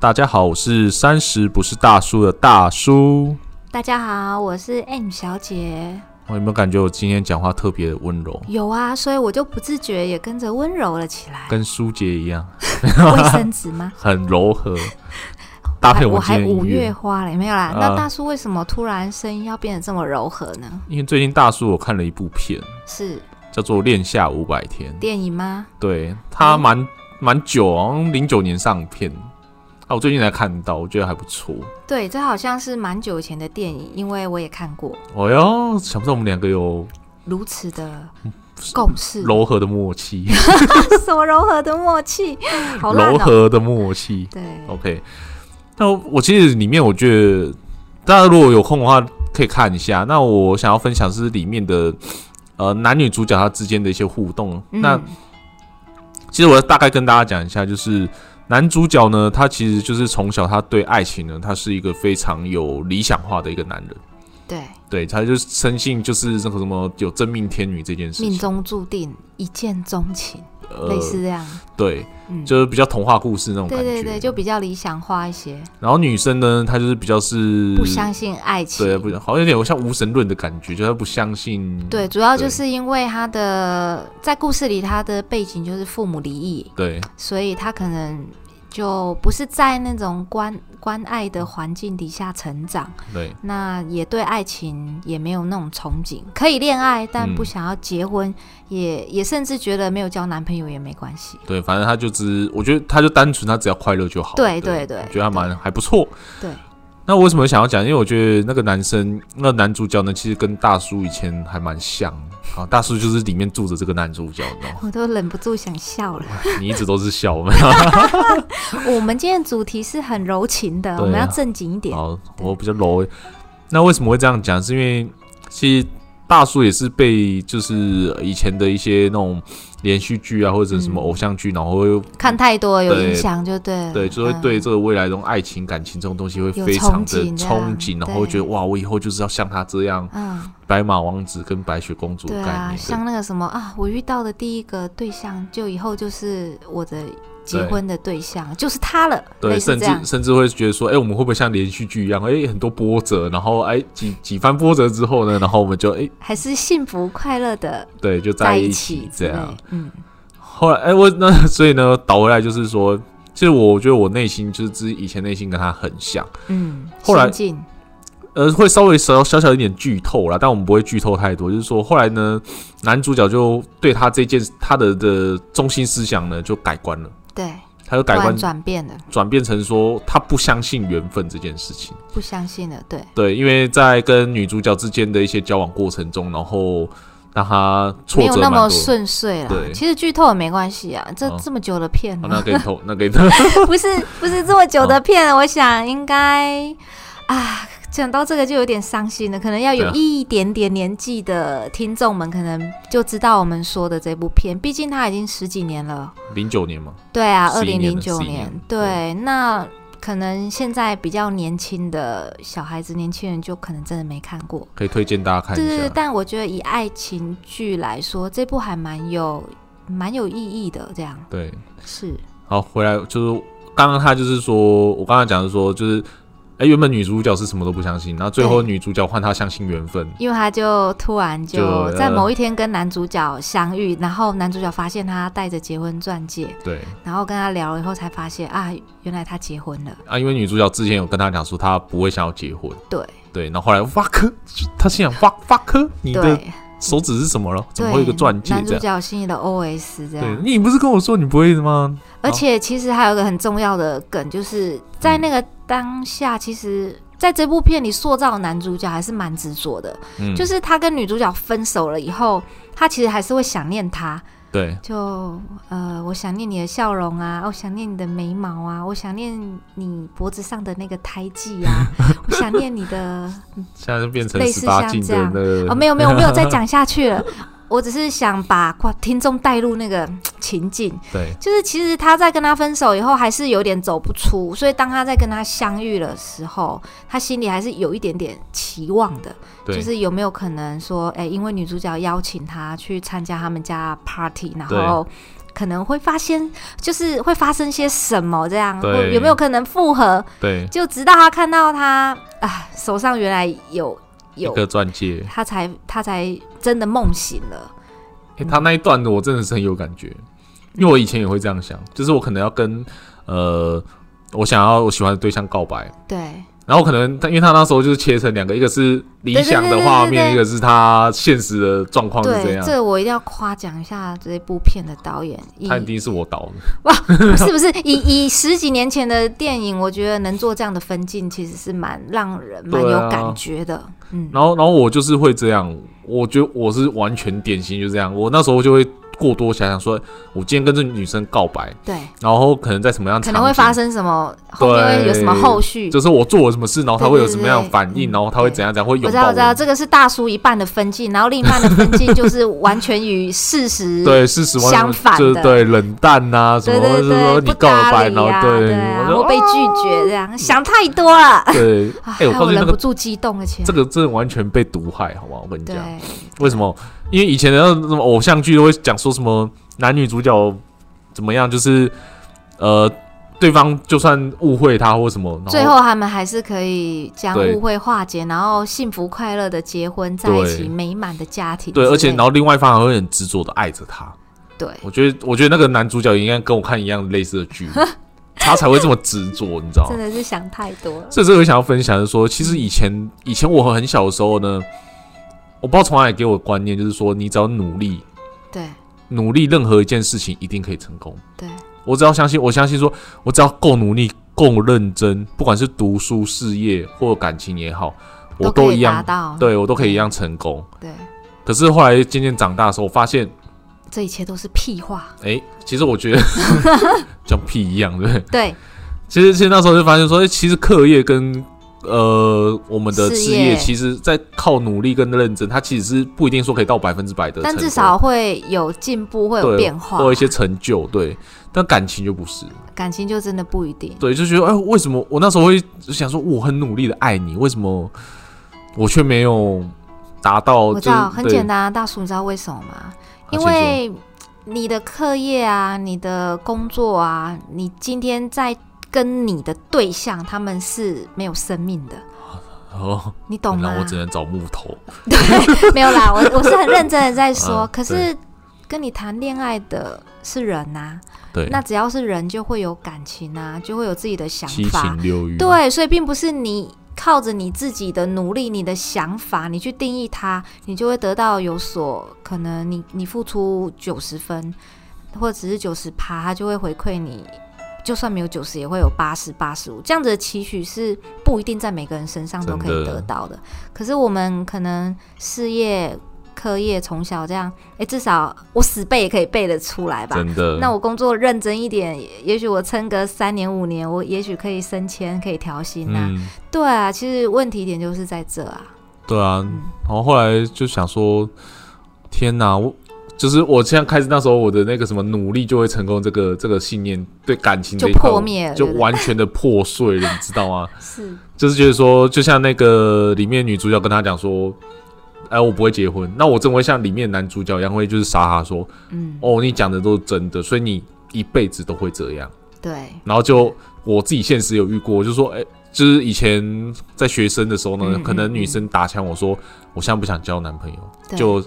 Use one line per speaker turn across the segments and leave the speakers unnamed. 大家好，我是三十不是大叔的大叔。
大家好，我是 M 小姐。
我哦有没有感觉我今天讲话特别温柔，
有啊，所以我就不自觉也跟着温柔了起 来。
跟舒杰一样，
卫生纸吗？
很柔 和，搭配
我
们今
还
天的
五
音
月
乐。
花嘞，没有啦。那
啊
大叔为什么突然声音要变得这么柔和呢？
因为最近大叔我看了一部片，
是
叫做《恋夏五百天》，
电影吗？
对，它蛮蛮久，好像零九年上片。啊，我最近才看到，我觉得还不错。
对，这好像是蛮久以前的电影，因为我也看过。
哦哟，想不到我们两个有
如此的共识，
柔和的默契，
什么柔和的默契，好烂
柔
哦。
和哦的默契。
对，
OK，那我其实里面我觉得大家如果有空的话可以看一下。那我想要分享是里面的呃男女主角他之间的一些互动。那
嗯
其实我要大概跟大家讲一下，就是男主角呢，他其实就是从小他对爱情呢，他是一个非常有理想化的一个男人。
对，
对，他就是深信就是那个什么有真命天女这件事
命
情，
中注定，一见钟情，
呃
类似这样。
对，
嗯，
就是比较童话故事那种感
对
觉。
对对，就比较理想化一些，
然后女生呢，她就是比较是
不相信爱情。
对，不好像有点像无神论的感觉，就是他不相信。
对，主要
对
就是因为他的在故事里，他的背景就是父母离异，
对
所以他可能就不是在那种关关爱的环境底下成长，
对
那也对爱情也没有那种憧憬，可以恋爱，但
嗯
不想要结婚，也也甚至觉得没有交男朋友也没关系。
对，反正他就只，我觉得他就单纯，他只要快乐就好。
对
对
对对
我觉得还蛮还不错。
对，
那我为什么想要讲？因为我觉得那个男生，那男主角呢，其实跟大叔以前还蛮像啊。大叔就是里面住着这个男主角，你知道吗？
我都忍不住想笑了。
你一直都是笑 我们。
我们今天的主题是很柔情的，我们
对啊
要正经一点。
好，
对
我比较 low 欸。那为什么会这样讲？是因为其实大叔也是被就是以前的一些那种连续剧啊，或者什么
嗯
偶像剧，然后会
看太多有
对
影响就对了，
对，就会
嗯
对这个未来这种爱情、感情这种东西会
有
非常的
憧憬这
憧
样
憬，然
对
后会觉得哇，我以后就是要像他这样，
嗯，
白马王子跟白雪公主的
对
概
啊，
念。
像那个什么啊，我遇到的第一个对象，就以后就是我的结
对
婚的对象，就是他了，
对，
类似
甚
这
至
样。
甚至会觉得说，哎、我们会不会像连续剧一样，哎、很多波折，然后哎、几几番波折之后呢，然后我们就哎、
还是幸福快乐的
对，就
在
在一
起
起
之
这
类
样。，
嗯，
后来，哎、我那所以呢，倒回来就是说，其实我觉得我内心就是之以前内心跟他很像，
嗯，
后来
心境
呃，会稍微小小小一点剧透啦，但我们不会剧透太多。就是说，后来呢，男主角就对他这件他的的中心思想呢就改观了，
对，
他就
突
改观
然转变了，
转变成说他不相信缘分这件事情。
不相信了，对，
对，因为在跟女主角之间的一些交往过程中，然后让他挫
没有
折
那
蛮多
么
的。
顺遂啦
对。
其实剧透也没关系啊，这
哦
这么久的片
好，
了，
那给你透，那给你透。
不是不是这么久的片，
哦
我想应该啊，讲到这个就有点伤心了。可能要
对
有
啊
一点点年纪的听众们，可能就知道我们说的这部片，毕竟它已经十几年了。
零九年嘛，
对啊，二
11
零
年
零
了
九
11
年
年，
对，那可能现在比较年轻的小孩子、年轻人就可能真的没看过。
可以推荐大家看
对
一
对对，
下。
但我觉得以爱情剧来说，这部还蛮有蛮有意义的。这样
对，
是
好，回来就是刚刚他就是说，我刚刚讲的说就是，哎、原本女主角是什么都不相信，然后最后女主角换她相信缘分，
因为他就突然就
就呃
在某一天跟男主角相遇，然后男主角发现他带着结婚钻戒，
对
然后跟他聊了以后才发现啊，原来他结婚了。
啊，因为女主角之前有跟他讲说她不会想要结婚，
对
对，然后后来哇科，他心想哇哇科，你的
对，
手指是什么了？怎么
对
会有一个钻戒
男
这
主
样？
角心里的 OS 这
对嗯
样。
你不是跟我说你不会的吗？
而且其实还有一个很重要的梗，就是在那个当下，其
嗯
实在这部片里塑造的男主角还是蛮执着的，
嗯，
就是他跟女主角分手了以后，他其实还是会想念她。
对
就呃，我想念你的笑容啊，我想念你的眉毛啊，我想念你脖子上的那个胎记啊，我想念你的……
现在就变成
类似
十八
像
禁
这
的
样
那个
哦，没有没有，我没有再讲下去了，我只是想把观听众带入那个情境，
对
就是其实他在跟他分手以后，还是有点走不出，所以当他在跟他相遇的时候，他心里还是有一点点期望的，就
对
是哦有没有可能说，哎、因为女主角邀请他去参加他们家 party，然
对
后可能会发现，就是会发生些什么这样，
对
或有没有可能复合？
对，
就直到他看到他啊手上原来有
一
有，
个钻戒，
他才他才真的梦醒了。
诶他那一段的我真的是很有感觉，因为我以前也会这样想，就是我可能要跟呃我想要我喜欢的对象告白，
对，
然后可能他因为他那时候就是切成两个，一个是理想的画面，
对对对对对
一个是他现实的状哦况是怎
对，
样
这。个我一定要夸奖一下这部片的导演，以
他一定是我导的，
是不是以以十几年前的电影，我觉得能做这样的分镜，其实是蛮让人蛮
对啊
有感觉的。嗯，
然后然后我就是会这样，我觉得我是完全典型就这样，我那时候就会过多想想说，我今天跟这女生告白，
对，
然后可能在什么样
可
场
能会发
景
生什么，后面会有什么后续？
就是我做了什么事，然后他会有
对对
什么样的
对
反应，
嗯
然后他会怎样怎样，会
我
拥
知
抱
道，我知道，这个是大叔一半的分镜，然后另一半的分镜就是完全与事实
对，事实完
相反的
就是对冷淡呐、什
对
么，
对
或者是说
对，
你
不
告了
搭
白，
理
然后
啊，
对，
啊，
我
我
说
被拒绝这样，想太 多了。
对，
哎
哎，我告诉你
忍
那个
不住激动了起来。
这个真的完全被毒害，好吗？我跟你
对
讲，，为什么？因为以前的那种偶像剧都会讲说什么男女主角怎么样，就是呃，对方就算误会他或什么，然后
最后他们还是可以将
对
误会化解，然后幸福快乐的结婚在一起，美满的家庭之类
对，
的。
而且然后另外一方还会很执着的爱着他。
对
我觉得，我觉得那个男主角应该跟我看一样类似的 剧，他才会这么执着，你知道吗
真？的是想太多了。
所以这个我想要分享的是说，其实以前以前我很小的时候呢，我不知道从哪里给我的观念，就是说你只要努力，
对
努力任何一件事情一定可以成功。
对
我只要相信，我相信说，我只要够努力、够认真，不管是读书、事业或感情也好，我
都可
一
以达
样，
到。
对我都可以一样成功。
对，
可是后来渐渐长大的时候，我发现，
这一切都是屁话。
哎、其实我觉得 像屁一样，对不对？
对
其实，其实那时候就发现说，诶其实课业跟呃我们的事
事业
业，其实在靠努力跟认真，它其实是不一定说可以到百分之百的成
但
功，
至少会有进步，会有
对
变化
会。有一些成就，对。但感情就不是，
感情就真的不一定。
对，就觉得哎、为什么我那时候会想说，我很努力的爱你，为什么我却没有达到？
我
就是
知道，很
哦对
简单啊，大叔，你知道为什么吗？
好
因
请说
为你的课业啊，你的工作啊，你今天在跟你的对象，他们是没有生命的，
哦，
你懂啊吗
那？我只能找木头，
对，没有啦，我我是很认真的在说，
啊
可是跟你谈恋爱的是人呐、
对，
那只要是人，就会有感情啊，就会有自己的想
七
法
情，六欲，，
对，所以并不是你靠着你自己的努力、你的想法，你去定义它，你就会得到有所可能你。你付出九十分，或者是九十趴，它就会回馈你。就算没有九十，也会有八十、八十五这样子的期许是不一定在每个人身上都
真
可
的
以得到的。可是我们可能事业、课业从小这样，哎、至少我死背也可以背得出来吧？
真的，
那我工作认真一点，也也许我撑个三年五年，我也许可以升迁，可以调薪啊。
嗯，
对啊，其实问题点就是在这啊。
对啊，然后后来就想说，天哪，我就是我现在开始那时候我的那个什么努力就会成功这个这个信念对感情这一
就
块
破灭了
就
对不对
完全的破碎了，你知道吗？
是，
就是觉得说，就像那个里面女主角跟他讲说。哎，我不会结婚，那我真的会像里面男主角一样，会就是傻傻说，
嗯，
哦，你讲的都是真的，所以你一辈子都会这样。
对，
然后就我自己现实有遇过，就说，哎、就是以前在学生的时候呢，
嗯嗯
可能女生打枪我说，我现在不想交男朋友，
对
就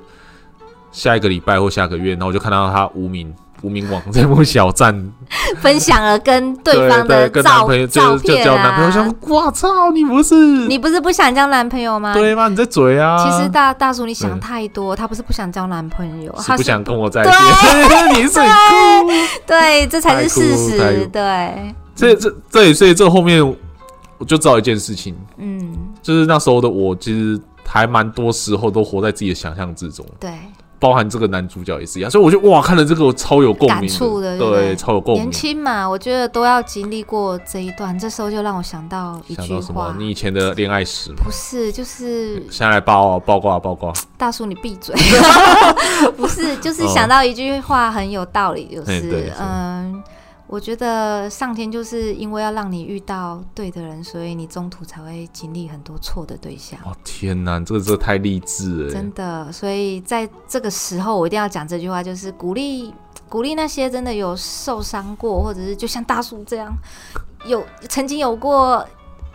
下一个礼拜或下个月，然后我就看到她无名无名网这部小站，
分享了跟对方
对
的
跟
照
男朋友就
照
就
片
交男朋友，我
啊
想。说，哇操，你不是
你不是不想交男朋友吗？
对吗？你在嘴啊？
其实大大叔，你
对
想太多。他不是不想交男朋友，
是
他
不想跟我在一起，
对
你是很酷。
对，这才
太
是事
酷太
实。
酷
对，
这这对，所以这后面我就知道一件事情，
嗯，
就是那时候的我，其实还蛮多时候都活在自己的想象之中，
对，
包含这个男主角也是一样。所以我就哇，看了这个我超有共鸣
感触的对不
对，
对
超有共鸣
年。轻嘛，我觉得都要经历过这一段。这时候就让我想到一
想
句
到什么
话？，嗯
你以前的恋爱史吗？
不是，就是
现在来八卦八卦八卦，
大叔，你闭嘴！不是，就是想到一句话很有道理，就
嗯对
是
是
嗯，我觉得上天就是因为要让你遇到对的人，所以你中途才会经历很多错的对象。
哦天哪，这个这个太励志了耶，
真的，所以在这个时候，我一定要讲这句话，就是鼓励鼓励那些真的有受伤过，或者是就像大叔这样，有曾经有过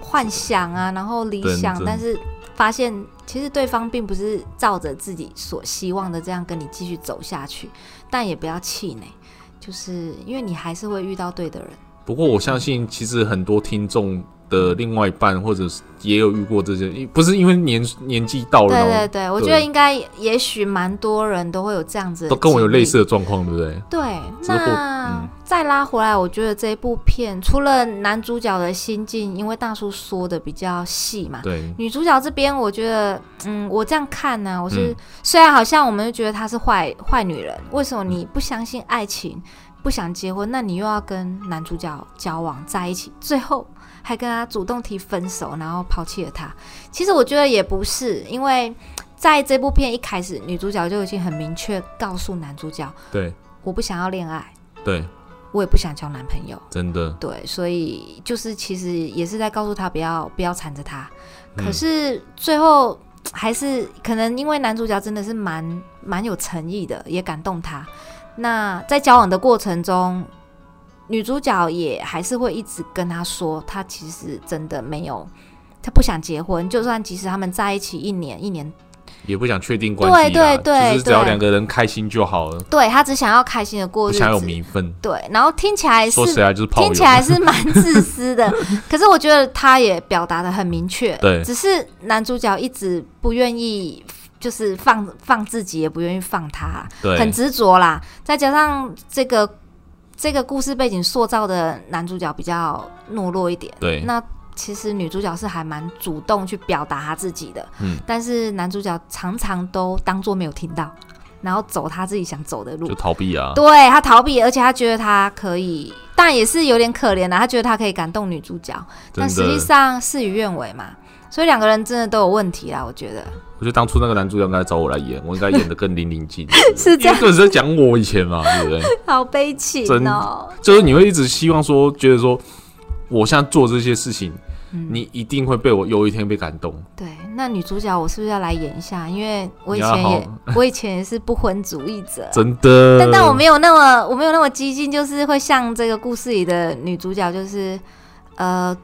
幻想啊，然后理想，
真的
但是发现其实对方并不是照着自己所希望的这样跟你继续走下去，但也不要气馁，就是因为你还是会遇到对的人。
不过我相信，其实很多听众的另外一半，或者是也有遇过这些，不是因为年年纪到了，
对
然
对
后
对，我
对
觉得应该也许蛮多人都会有这样子的经历，嗯
都跟我有类似的状况，对不对？
对，
只是或
那、
嗯
再拉回来，我觉得这一部片除了男主角的心境，因为大叔说的比较细嘛，
对，
女主角这边，我觉得，嗯，我这样看呢、我是、
嗯
虽然好像我们就觉得她是坏坏女人，为什么你不相信爱情，不想结婚，那你又要跟男主角交往在一起，最后还跟他主动提分手，然后抛弃了他？其实我觉得也不是，因为在这部片一开始，女主角就已经很明确告诉男主角，
对，
我不想要恋爱，
对，
我也不想交男朋友。
真的，
对，所以就是其实也是在告诉他不要不要缠着他，
嗯
可是最后还是可能因为男主角真的是蛮蛮有诚意的，也感动他。那在交往的过程中，女主角也还是会一直跟他说，他其实真的没有，他不想结婚，就算即使他们在一起一年一年
也不想确定关系啦，
对对对
就是只要
对
两个人开心就好了，
对他只想要开心的过
不
日子，
想有名分。
对，然后听起来是
说起来就是炮友，
听起来是蛮自 私的，可是我觉得他也表达的很明确，
对
只是男主角一直不愿意，就是放放自己，也不愿意放他，
对，
很执着啦。再加上这个这个故事背景塑造的男主角比较懦弱一点，
对，
那其实女主角是还蛮主动去表达她自己的，
嗯
但是男主角常常都当做没有听到，然后走他自己想走的路
就。逃避啊，
对他逃避，而且他觉得他可以，但也是有点可怜啊的。他觉得他可以感动女主角，
真
但实际
的。
上事与愿违嘛。所以两个人真的都有问题啦，啊我觉得
我觉得当初那个男主角应该找我来演，我应该演的更淋漓尽致。
是这
因为
样，
这是在讲我以前嘛， 对不对？
好悲情
真
哦。
就是你会一直希望说，觉得说，我现在做这些事情，
嗯
你一定会被我有一天被感动。
对，那女主角我是不是要来演一下？因为我以
你要
前
好
也， 我以前也是不婚主义者，
真的，
但但我没有那么我没有那么激进，就是会像这个故事里的女主角，就是呃，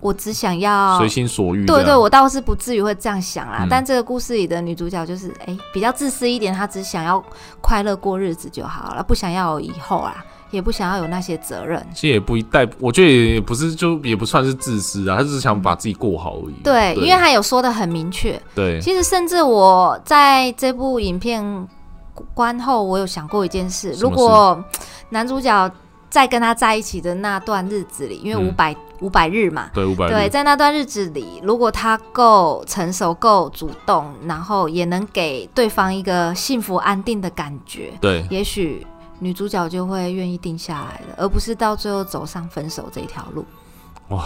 我只想要
随心所欲这样。
对对，我倒是不至于会这样想啦。
嗯
但这个故事里的女主角就是，哎、比较自私一点，她只想要快乐过日子就好了，不想要有以后啦，也不想要有那些责任。
其实也不一代，我觉得也不是，就也不算是自私啊，他只是想把自己过好而已。
对，因为她有说的很明确。
对
其实，甚至我在这部影片观后，我有想过一件
什
事：
么事
如果男主角在跟她在一起的那段日子里，因为
嗯
五百五百日嘛，
对五百
对，在那段日子里，如果他够成熟、够主动，然后也能给对方一个幸福安定的感觉，
对
也许女主角就会愿意定下来的，而不是到最后走上分手这一条路。
哇！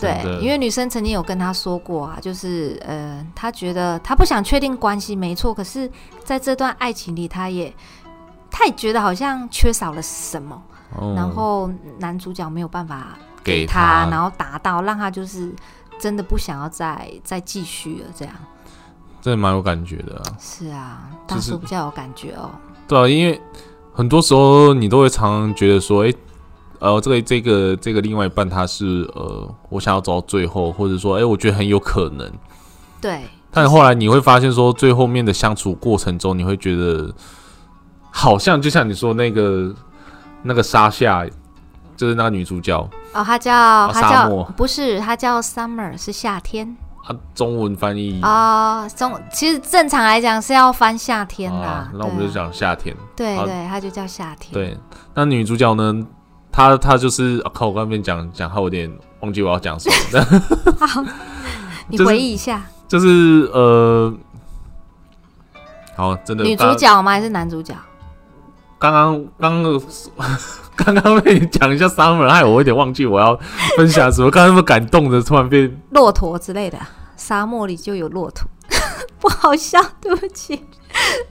对
真的，
因为女生曾经有跟他说过啊，就是呃，她觉得她不想确定关系，没错，可是在这段爱情里，她也她也觉得好像缺少了什么，
哦
然后男主角没有办法
给
他，然
他，
后达到让他就是真的不想要再再继续了。这样
真的蛮有感觉的啊、
是啊，
就
大
是
叔比较有感觉 哦。
对啊，因为很多时候你都会常常觉得说，哎、呃，这个这个这个另外一半他是呃，我想要走到最后，或者说，哎、我觉得很有可能。
对，
但后来你会发现说，最后面的相处过程中，你会觉得好像就像你说那个那个沙夏，就是那个女主角
哦，他叫他
沙
叫
漠
不是他叫 summer 是夏天
啊，中文翻译
哦，中其实正常来讲是要翻夏天啦
啊。那我们
对
就
啊
讲夏天。
对
好
对，他就叫夏天。
对，那女主角呢？她她就是、啊、靠，我刚才讲讲，她有点忘记我要讲什么。
你
就是
回忆一下，
就是呃，好，真的
女
大
主
家
角吗？还是男主角？
刚刚刚刚刚刚被你讲一下 Summer，害我有点忘记我要分享什么，刚刚那么感动的，突然被
骆驼之类的，沙漠里就有骆驼。 不好笑，对不起，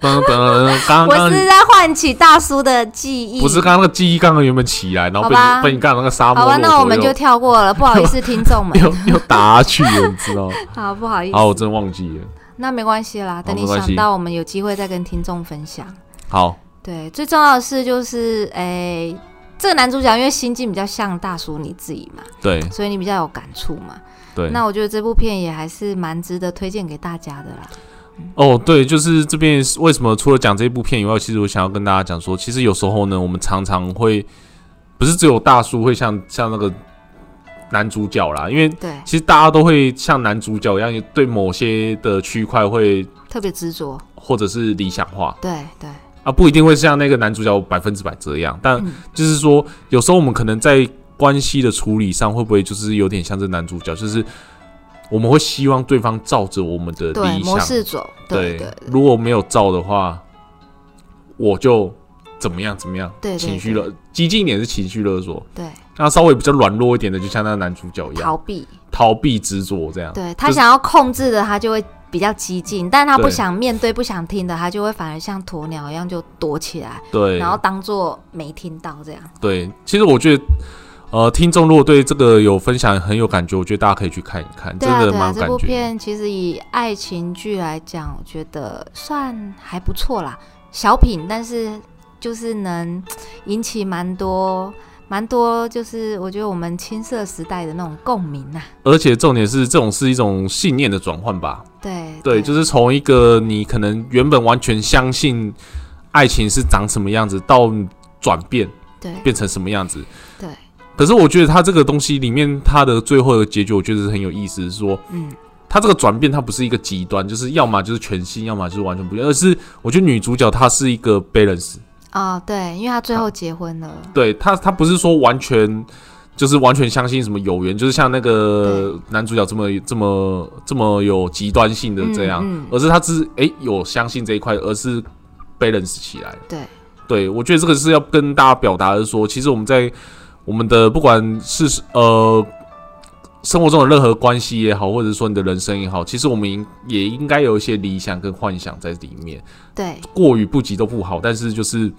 噔噔噔，刚刚
我
刚
是
刚
在唤起大叔的记忆。
不是刚刚那个记忆刚刚原本起来，然后被
好吧
你被你刚刚那个沙漠
好吧，
骆驼
那我们就跳过了，不好 意思，听众们，
又又又打下去了，你知 道吗？
好不好意
好，我
思，
真的忘记了。
那没关系啦，等
没
你
关系
想到，我们有机会再跟听众分享。
好，
对，最重要的是就是，哎、这个男主角因为心境比较像大叔你自己嘛，
对
所以你比较有感触嘛。
对。
那我觉得这部片也还是蛮值得推荐给大家的啦。
哦，对，就是这边是为什么除了讲这部片以外，其实我想要跟大家讲说，其实有时候呢，我们常常会不是只有大叔会像像那个男主角啦，因为
对，
其实大家都会像男主角一样，对某些的区块会
特别执着。
或者是理想化
对对
啊，不一定会像那个男主角百分之百这样，但
嗯
就是说，有时候我们可能在关系的处理上，会不会就是有点像这男主角，就是我们会希望对方照着我们的
对，
理
模
想
式走。对对
如果没有照的话，我就怎么样怎么样，
对对
情绪勒，激进一点是情绪勒索，
对，
那稍微比较软弱一点的，就像那个男主角一样，
逃避。
逃避执着这样。
对他
啊就是
想要控制的，他就会比较激进；但他不
对
想面对、不想听的，他就会反而像鸵鸟一样就躲起来，
对
然后当做没听到这样。
对，其实我觉得。呃，听众如果对这个有分享很有感觉，我觉得大家可以去看一看，
对
真
啊，
的
对啊，
蛮有
这
感
部
觉。
片其实以爱情剧来讲，我觉得算还不错啦，小品，但是就是能引起蛮多。蛮多，就是我觉得我们青涩时代的那种共鸣啊呐、
而且重点是，这种是一种信念的转换吧。
对
对，就是从一个你可能原本完全相信爱情是长什么样子，到转变
对
变成什么样子。
对。
可是我觉得他这个东西里面，他的最后的结局，我觉得是很有意思，是说
嗯，
他这个转变，它不是一个极端，就是要么就是全新，要么就是完全不一样，而是我觉得女主角她是一个 balance，
哦，对，因为他最后结婚了，
对她她不是说完全。就是完全相信什么有缘，就是像那个男主角这么这么这么有极端性的这样，
嗯嗯
而是他只是诶有相信这一块，而是 balance 起来。
对，
对我觉得这个是要跟大家表达的说，其实我们在我们的不管是呃生活中的任何关系也好，或者说你的人生也好，其实我们应也应该有一些理想跟幻想在里面，
嗯对
过于不及都不好，但是就是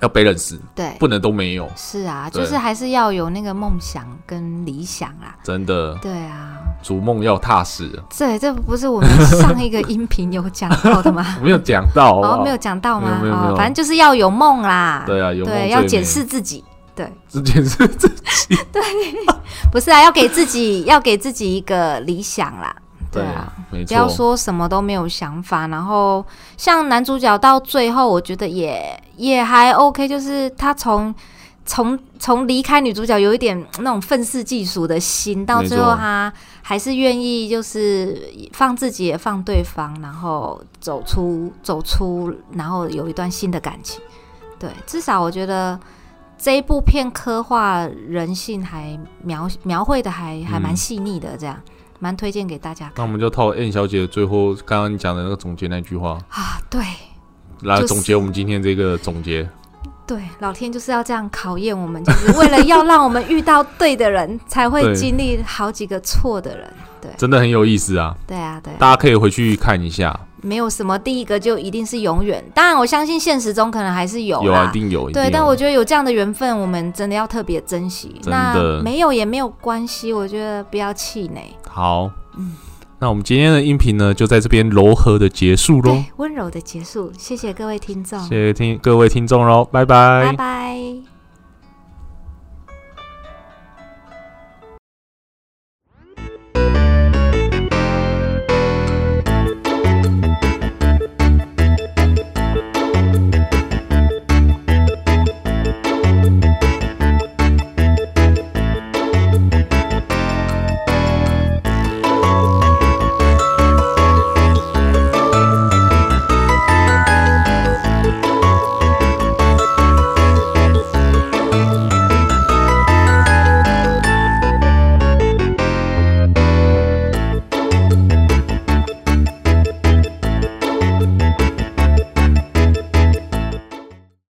要 balance，
对，
不能都没有，
是啊，
对
就是还是要有那个梦想跟理想啦。
真的
对啊，
逐梦要踏实。
这这不是我们上一个音频有讲到的吗？
我没有讲到好不好
哦，没有讲到吗？
没有没有没
哦
有，
反正就是要有梦啦。
对啊，有梦
对，
最
要
美
检视，自己。对，
这件事
不是啊，要给自己要给自己一个理想啦。对 啊，，
没
不要
错，
说什么都没有想法，然后像男主角到最后，我觉得也也还 OK，就是他从从从离开女主角有一点嗯那种愤世嫉俗的心，到
没
最后
错
他还是愿意就是放自己也放对方，然后走出走出，然后有一段新的感情。对，至少我觉得这一部片刻画人性还描描绘的还还蛮
嗯
细腻的，这样蛮推荐给大家看。
那我们就套 N 小姐最后刚刚你讲的那个总结那句话，
啊，对
来
就是
总结我们今天这个总结。
对，老天就是要这样考验我们，就是为了要让我们遇到对的人，才会
对
经历好几个错的人。
真的很有意思啊，
对啊，对啊，
大家可以回去看一下，
没有什么第一个就一定是永远。当然，我相信现实中可能还是有
有啊，
啦
一。定有，一定
对，
有。
但我觉得有这样的缘分，我们真的要特别珍惜。
真
那
的
没有也没有关系，我觉得不嗯要气馁，
好，那我们今天的音频呢，就在这边柔和的结束喽
对，，温柔的结束。谢谢各位听众，
谢谢听各位听众喽，拜
拜拜。